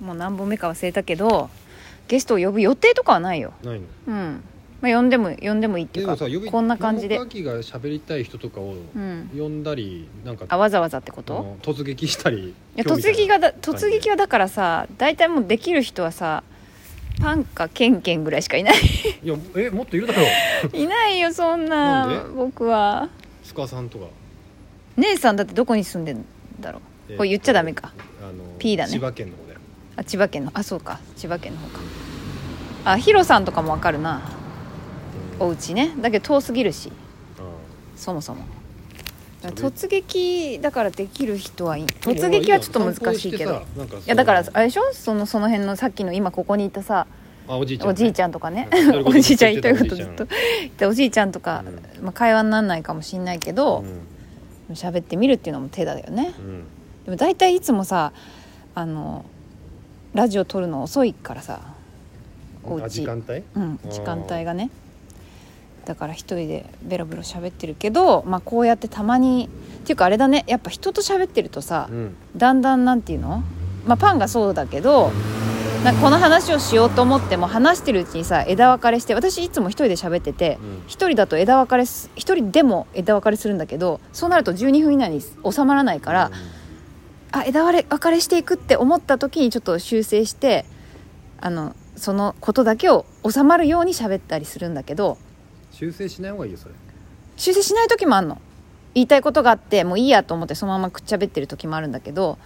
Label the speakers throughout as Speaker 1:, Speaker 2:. Speaker 1: もう何本目か忘れたけどゲストを呼ぶ予定とかはないよ
Speaker 2: ないの
Speaker 1: うん、まあ、呼んでも呼んでもいいってい
Speaker 2: で
Speaker 1: うか
Speaker 2: もさ呼び
Speaker 1: こんな感じで
Speaker 2: マモカキが喋りたい人とかを
Speaker 1: うん
Speaker 2: 呼んだりなんか
Speaker 1: あわざわざってこ
Speaker 2: あ
Speaker 1: と
Speaker 2: の突撃したり
Speaker 1: いや突撃がだ
Speaker 2: 興味
Speaker 1: 突撃はだからさ大体もうできる人はさパンかケンケンぐらいしか いない
Speaker 2: いやえもっといるだろう
Speaker 1: いないよそんな
Speaker 2: なんで
Speaker 1: 僕は
Speaker 2: スカさんとか、
Speaker 1: 姉さんだってどこに住んでんだろう
Speaker 2: えー
Speaker 1: これ言っちゃダメか
Speaker 2: あの
Speaker 1: P だね
Speaker 2: 千葉県の方だよ
Speaker 1: あ千葉県のあそうか千葉県の方かあヒロさんとかもわかるな
Speaker 2: うん
Speaker 1: お家ねだけど遠すぎるし
Speaker 2: あ
Speaker 1: そもそも
Speaker 2: それ
Speaker 1: 突撃だからできる人はいい
Speaker 2: ー
Speaker 1: 突撃はちょっと難しいけど
Speaker 2: 散歩してさなんかそ
Speaker 1: い
Speaker 2: の
Speaker 1: やだからあれでしょそのその辺のさっきの今ここにいたさ
Speaker 2: あおじいちゃんね、
Speaker 1: おじいちゃんとかね
Speaker 2: うん
Speaker 1: おじいちゃん言いたいことずっと
Speaker 2: おじい
Speaker 1: 言っておじいちゃんとか、まあ、会話にならないかもしんないけど喋、ってみるっていうのも手だよね
Speaker 2: うんうん
Speaker 1: でも大体いつもさあのラジオ撮るの遅いからさお
Speaker 2: あ
Speaker 1: う
Speaker 2: 時
Speaker 1: ち、
Speaker 2: 間帯
Speaker 1: うん、
Speaker 2: ー
Speaker 1: 時間帯がねだから一人でベロベロ喋ってるけど、まあ、こうやってたまにっていうかあれだねやっぱ人と喋ってるとさ、
Speaker 2: うん
Speaker 1: だんだんなんていうの、まあ、パンがそうだけどなんかこの話をしようと思っても話してるうちにさ枝分かれして私いつも一人で喋ってて
Speaker 2: うん
Speaker 1: 一人だと枝分かれす一人でも枝分かれするんだけどそうなると12分以内に収まらないから、あ枝分れ分かれしていくって思った時にちょっと修正してあのそのことだけを収まるように喋ったりするんだけど
Speaker 2: 修正しない方がいいよそれ
Speaker 1: 修正しない時もあんの言いたいことがあってもういいやと思ってそのままくっちゃべってる時もあるんだけど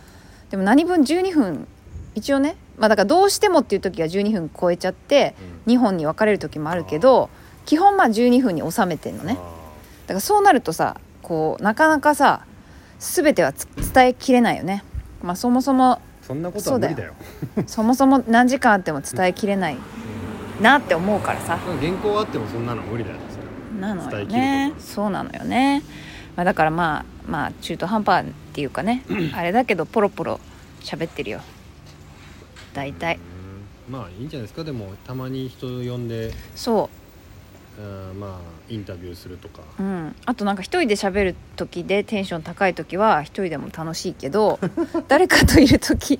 Speaker 1: でも何分12分一応ねまあだからどうしてもっていう時は12分超えちゃって2本に分かれる時もあるけど基本まあ12分に収めてんのねだからそうなるとさこうなかなかさ全てはつ伝えきれないよねまあそもそも
Speaker 2: そんなことは無理だよ
Speaker 1: そもそも何時間あっても伝えきれないなって思うからさ
Speaker 2: うん原稿あってもそんなの無理だよそれ
Speaker 1: なのよ
Speaker 2: 伝えきる
Speaker 1: ね
Speaker 2: こと
Speaker 1: そうなのよね、まあ、だからまあまあ中途半端っていうか ねあれだけどポロポロ喋ってるよ大体
Speaker 2: うんまあいいんじゃないですかでもたまに人呼んで
Speaker 1: そ
Speaker 2: うんまあインタビューするとか
Speaker 1: ううんあとなんか一人で喋る時でテンション高い時は一人でも楽しいけ ど誰かといる時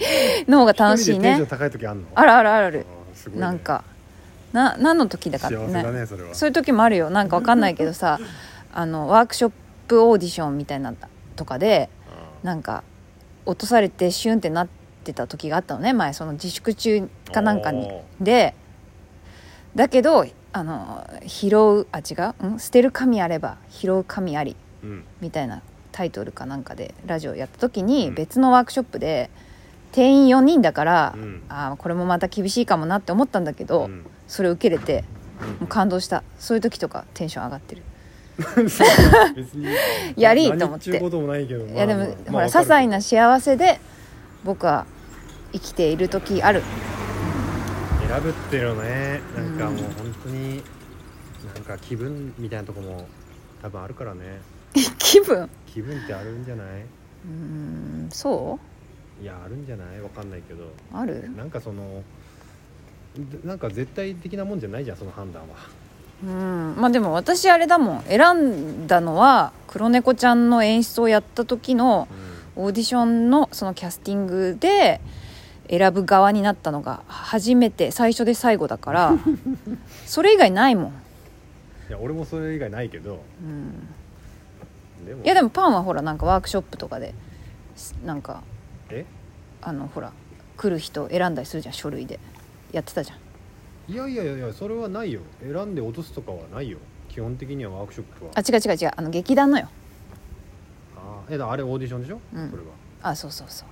Speaker 1: の方が楽しい
Speaker 2: 一人でテンション
Speaker 1: ね
Speaker 2: 高い時あんの
Speaker 1: あるあるある
Speaker 2: あーす
Speaker 1: あ
Speaker 2: ごい
Speaker 1: る
Speaker 2: ね
Speaker 1: なんかな何の時だか
Speaker 2: 幸
Speaker 1: って
Speaker 2: せだねそれは
Speaker 1: そういう時もあるよなんかわかんないけどさあのワークショップオーディションみたいなのとかで
Speaker 2: あ
Speaker 1: なんか落とされてシュンってなってた時があったのね前その自粛中かなんかに
Speaker 2: お
Speaker 1: でだけどあの拾うあ違うん捨てる神あれば拾う神あり
Speaker 2: ーうん
Speaker 1: みたいなタイトルかなんかでラジオやった時に
Speaker 2: うん
Speaker 1: 別のワークショップで定員4人だから、
Speaker 2: うん
Speaker 1: あーこれもまた厳しいかもなって思ったんだけど、
Speaker 2: うん
Speaker 1: それ受けれて
Speaker 2: うん
Speaker 1: もう感動したそういう時とかテンション上がってる
Speaker 2: そう 別に
Speaker 1: やりーと思って
Speaker 2: 何ちゅうこともないけど
Speaker 1: いやでも、ほら些
Speaker 2: わかる
Speaker 1: 細な幸せで僕は生きている時ある
Speaker 2: 選ぶってよねなんか
Speaker 1: うん
Speaker 2: もう本当になんか気分みたいなとこも多分あるからね
Speaker 1: 気分
Speaker 2: 気分ってあるんじゃないう
Speaker 1: ーんそ
Speaker 2: いやあるんじゃないわかんないけど
Speaker 1: うある
Speaker 2: なんかそのでなんか絶対的なもんじゃないじゃんその判断は
Speaker 1: うんまあでも私あれだもん選んだのは黒猫ちゃんの演出をやった時の
Speaker 2: う
Speaker 1: オーディションのそのキャスティングで選ぶ側になったのが初めて最初で最後だから それ以外ないもん、
Speaker 2: んいや俺もそれ以外ないけど
Speaker 1: うん、
Speaker 2: でも
Speaker 1: いやでもパンはほらなんかワークショップとかでなんか
Speaker 2: え
Speaker 1: あのほら来る人選んだりするじゃん書類でやってたじゃん
Speaker 2: いやいやいやいやそれはないよ選んで落とすとかはないよ基本的にはワークショップは
Speaker 1: あ違う違う違うあの劇団のよ
Speaker 2: あーえだあれオーディションでしょ、
Speaker 1: うん
Speaker 2: それは
Speaker 1: あそうそうそう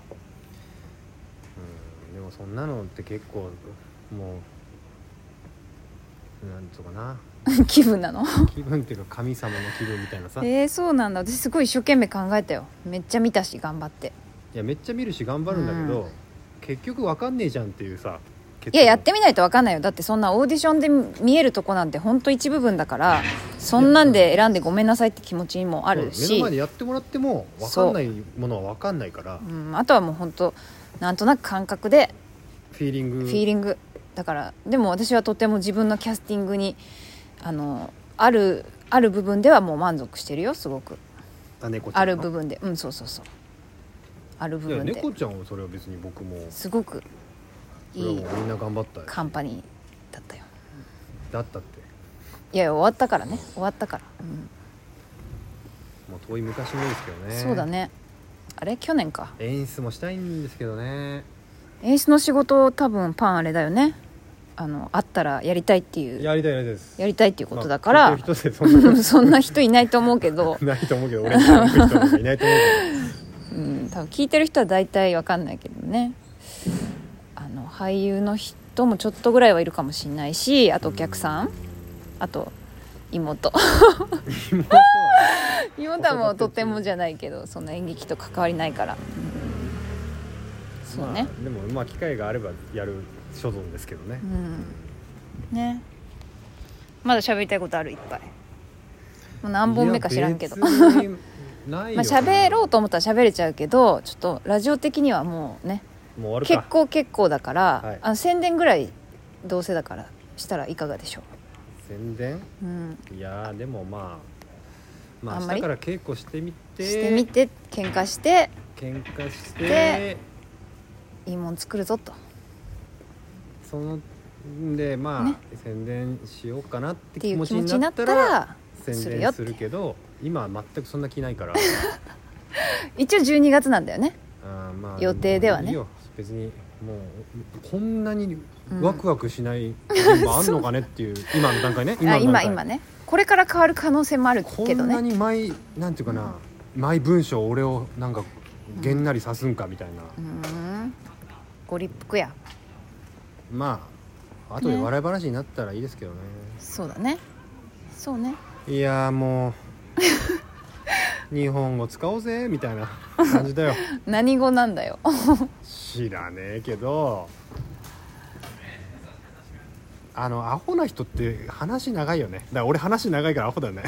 Speaker 2: うんでもそんなのって結構もうなんとかな
Speaker 1: 気分 なの
Speaker 2: 気分っていうか神様の気分みたいなさい
Speaker 1: えー、そうなんだ私すごい一生懸命考えたよめっちゃ見たし頑張って
Speaker 2: やめっちゃ見るし頑張るんだけど、結局わかんねえじゃんっていうさ
Speaker 1: いややってみないと分かんないよだってそんなオーディションで見えるとこなんてほんと一部分だからそんなんで選んでごめんなさいって気持ちもあ
Speaker 2: あ
Speaker 1: る
Speaker 2: 目の
Speaker 1: し
Speaker 2: 前、でやってもらってもわかんないものはわかんないから
Speaker 1: うん、あとはもうほんとなんとなく感覚で
Speaker 2: フィーリング
Speaker 1: フィーリングだからでも私はとても自分のキャスティングにあのあるある部分ではもう満足してるよすごく
Speaker 2: あ猫ちゃん
Speaker 1: ある部分でうんそうそうそうある部
Speaker 2: いや
Speaker 1: 分で
Speaker 2: 猫ちゃんはそれは別に僕も
Speaker 1: すごく
Speaker 2: それはもうみんな頑張ったよ
Speaker 1: カンパニーだったよ
Speaker 2: だったって
Speaker 1: いやいや終わったからね終わったから、うん
Speaker 2: もう遠い昔のですけどね
Speaker 1: そうだねあれ去年か
Speaker 2: 演出もしたいんですけどね
Speaker 1: 演出の仕事多分パンあれだよねあのあったらやりたいっていう
Speaker 2: やりたいやりたいです
Speaker 1: やりたいっていうことだから、
Speaker 2: まあ、結局一つでそん
Speaker 1: そんな人いないと思うけ ど、
Speaker 2: なないと思うけど俺に聞く人なんかいないと思うけど
Speaker 1: うん、多分聞いてる人は大体わかんないけどねあの俳優の人もちょっとぐらいはいるかもしれないしあとお客さん、あと妹
Speaker 2: 妹は
Speaker 1: 妹はもうとてもじゃないけどそんな演劇と関わりないから、うんそうね
Speaker 2: ま、あでもまあ機会があればやる所存ですけどね、
Speaker 1: うんねまだ喋りたいことあるいっぱいもう何本目か知らんけど
Speaker 2: いや別にないよ
Speaker 1: まあ喋ろうと思ったら喋れちゃうけどちょっとラジオ的にはもうね
Speaker 2: もう終わ
Speaker 1: 結
Speaker 2: るか
Speaker 1: 構結構だから、
Speaker 2: はい
Speaker 1: あの宣伝ぐらいどうせだからしたらいかがでしょ
Speaker 2: 宣伝
Speaker 1: う、うん、
Speaker 2: いやーでもまあまあ
Speaker 1: あん
Speaker 2: 明
Speaker 1: まり
Speaker 2: 日から稽古してみて
Speaker 1: してみて喧嘩して
Speaker 2: 喧嘩して
Speaker 1: でいいもん作るぞと
Speaker 2: そのんでまあ、
Speaker 1: ね
Speaker 2: 宣伝しようかなって
Speaker 1: ってい
Speaker 2: 気
Speaker 1: う
Speaker 2: 持
Speaker 1: 気
Speaker 2: ち
Speaker 1: 持
Speaker 2: に
Speaker 1: ちに
Speaker 2: な
Speaker 1: なっ
Speaker 2: った
Speaker 1: た
Speaker 2: ら
Speaker 1: らす
Speaker 2: 宣
Speaker 1: るよっ
Speaker 2: 伝
Speaker 1: て
Speaker 2: するけど今は全くそんな気な いから、
Speaker 1: 一応12月なんだよね
Speaker 2: あーま
Speaker 1: 予定ではね
Speaker 2: もいいよ別にもうこんなにワクワクしない現場あんのかねっ ていう、今の段階ね
Speaker 1: あ
Speaker 2: の段
Speaker 1: 今
Speaker 2: 階
Speaker 1: 今ねこれから変わる可能性もある
Speaker 2: こ
Speaker 1: けど
Speaker 2: んな
Speaker 1: ね
Speaker 2: に毎、なんていうかな、毎文章俺をなんかげんなりさすんかみたいな、
Speaker 1: うーんご立腹や
Speaker 2: まああとで
Speaker 1: ね
Speaker 2: 笑い話になったらいいですけどね
Speaker 1: そうだねそうね
Speaker 2: いや ーもう日本語使おうぜみたいな感じだよ
Speaker 1: 何語なんだよ
Speaker 2: 知らねえけどあのアホな人って話長いよねだから俺話長いからアホだよね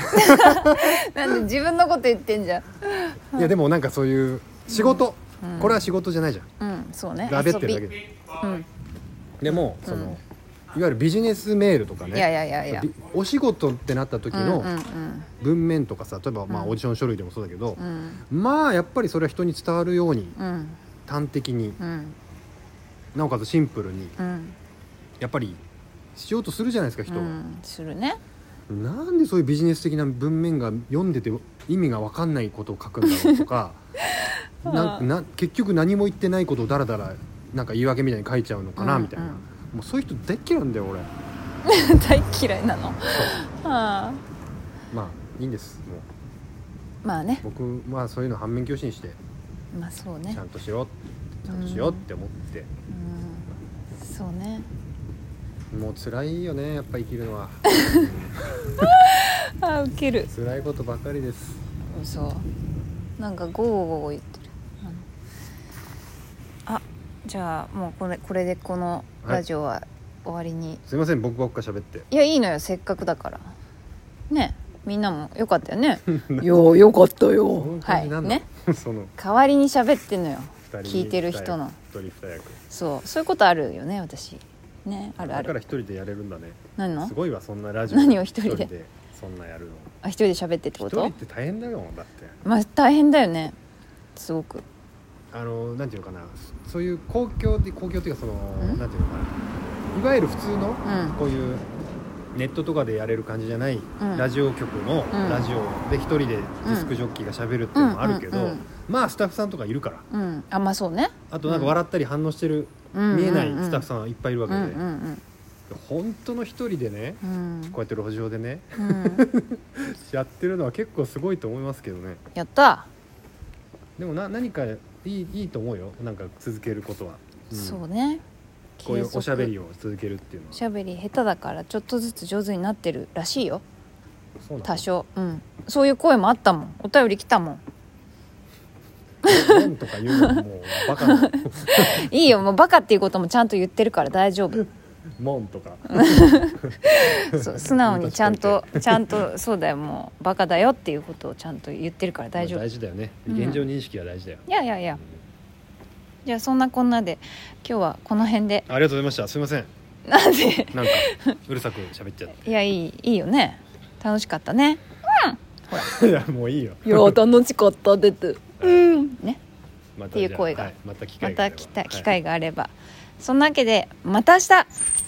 Speaker 1: なんで自分のこと言ってんじゃん
Speaker 2: いやでもなんかそういう仕事、これは仕事じゃないじゃん
Speaker 1: うんそうね
Speaker 2: ラベってる
Speaker 1: 遊
Speaker 2: だけ
Speaker 1: び
Speaker 2: で
Speaker 1: うん
Speaker 2: でもその、いわゆるビジネスメールとかね
Speaker 1: いやいやいやいや
Speaker 2: びお仕事ってなった時
Speaker 1: うんうん
Speaker 2: の
Speaker 1: うん
Speaker 2: 文面とかさ例えばまあ
Speaker 1: う
Speaker 2: オ
Speaker 1: ん
Speaker 2: ーディション書類でもそうだけど
Speaker 1: う、ん
Speaker 2: まあやっぱりそれは人に伝わるように
Speaker 1: うん
Speaker 2: 端的に
Speaker 1: うん
Speaker 2: なおかつシンプルに
Speaker 1: うん
Speaker 2: やっぱりしようとするじゃないですか人
Speaker 1: う
Speaker 2: は、
Speaker 1: んするね
Speaker 2: なんでそういうビジネス的な文面が読んでて意味が分かんないことを書くんだろうとかなな結局何も言ってないことをだらだらなんか言い訳みたいに書いちゃうのかな、
Speaker 1: うん
Speaker 2: みたいな
Speaker 1: うん
Speaker 2: もうそういう人大っ嫌いなんだよ俺
Speaker 1: 大嫌いなのああ
Speaker 2: まあいいんですもう
Speaker 1: まあね
Speaker 2: 僕はそういうの反面教師にして
Speaker 1: まあそうね
Speaker 2: ちゃんとしろちゃんとしようって思って、
Speaker 1: うんそうね
Speaker 2: もう辛いよねやっぱ生きるのは
Speaker 1: あウケる
Speaker 2: 辛いことばかりです
Speaker 1: 嘘なんかゴーゴーゴー言ってるあのあじゃあもうこれこれでこのラジオは終わりに、い、
Speaker 2: すいません僕ばっか喋って
Speaker 1: やいいのよせっかくだからねみんなもよかったよ ねいやよかった
Speaker 2: そ
Speaker 1: よ
Speaker 2: の
Speaker 1: は
Speaker 2: 感
Speaker 1: い
Speaker 2: じなんだ、
Speaker 1: ね
Speaker 2: その
Speaker 1: 代わりに喋ってんのよ
Speaker 2: 二人
Speaker 1: 聞いてる人の
Speaker 2: 一人二役
Speaker 1: そうそういうことあるよね私ねあるあ
Speaker 2: だから
Speaker 1: る
Speaker 2: 一人でやれるんだね
Speaker 1: 何の
Speaker 2: すごいわそんなラジオ
Speaker 1: 何を一人で
Speaker 2: そんなやるの
Speaker 1: あ一人で喋ってって
Speaker 2: 一
Speaker 1: こ
Speaker 2: 人
Speaker 1: と
Speaker 2: って大変だよだって
Speaker 1: まあ大変だよねすごく
Speaker 2: あのなんていうのかなそそういう公共で公共っていうかその
Speaker 1: ん
Speaker 2: なんていうのかないわゆる普通の
Speaker 1: うん
Speaker 2: こういうネットとかでやれる感じじゃない、
Speaker 1: うん
Speaker 2: ラジオ局の
Speaker 1: うん
Speaker 2: ラジオで一人でディスクジョッキーがしゃべるっていうのもあるけど、
Speaker 1: うんうんうん
Speaker 2: まあスタッフさんとかいるから
Speaker 1: うんあまあそうね
Speaker 2: あとなんか笑ったり反応してる、
Speaker 1: うん
Speaker 2: 見えないスタッフさんはいっぱいいるわけ
Speaker 1: う
Speaker 2: で、
Speaker 1: んうん
Speaker 2: 本当の一人でね
Speaker 1: うんうん
Speaker 2: こうやって路上でね
Speaker 1: うん
Speaker 2: やってるのは結構すごいと思いますけどね
Speaker 1: やった
Speaker 2: でもな何かいいいいと思うよなんか続けることは、ん
Speaker 1: そうね
Speaker 2: こういうおしゃべり
Speaker 1: を
Speaker 2: を続けるっていうの
Speaker 1: お
Speaker 2: は
Speaker 1: しゃべり下手だからちょっとずつ上手になってるらしいよ
Speaker 2: そうなの
Speaker 1: 多少うんそういう声もあったもんお便り来たもん
Speaker 2: 本とか言うのももうバ カな
Speaker 1: いいよもうバカっていうこともちゃんと言ってるから大丈 夫
Speaker 2: もんとか
Speaker 1: そう素直にちゃんとちゃんとそうだよもうバカだよっていうことをちゃんと言ってるから大丈夫
Speaker 2: 大事だよね
Speaker 1: うん
Speaker 2: 現状認識は大事だよ、
Speaker 1: いやいやいやじゃあそんなこんなで今日はこの辺で
Speaker 2: ありがとうございましたすいません
Speaker 1: なんで
Speaker 2: なんかうるさく喋っちゃっ
Speaker 1: いやいいいいよね楽しかったね
Speaker 2: ていやもういいよ
Speaker 1: いや楽しかったですうんね
Speaker 2: ま
Speaker 1: っていう声が
Speaker 2: じゃあはいまた機
Speaker 1: ま
Speaker 2: 会があ
Speaker 1: た
Speaker 2: れば
Speaker 1: 来た
Speaker 2: はい
Speaker 1: 機会があればそんなわけでまた明日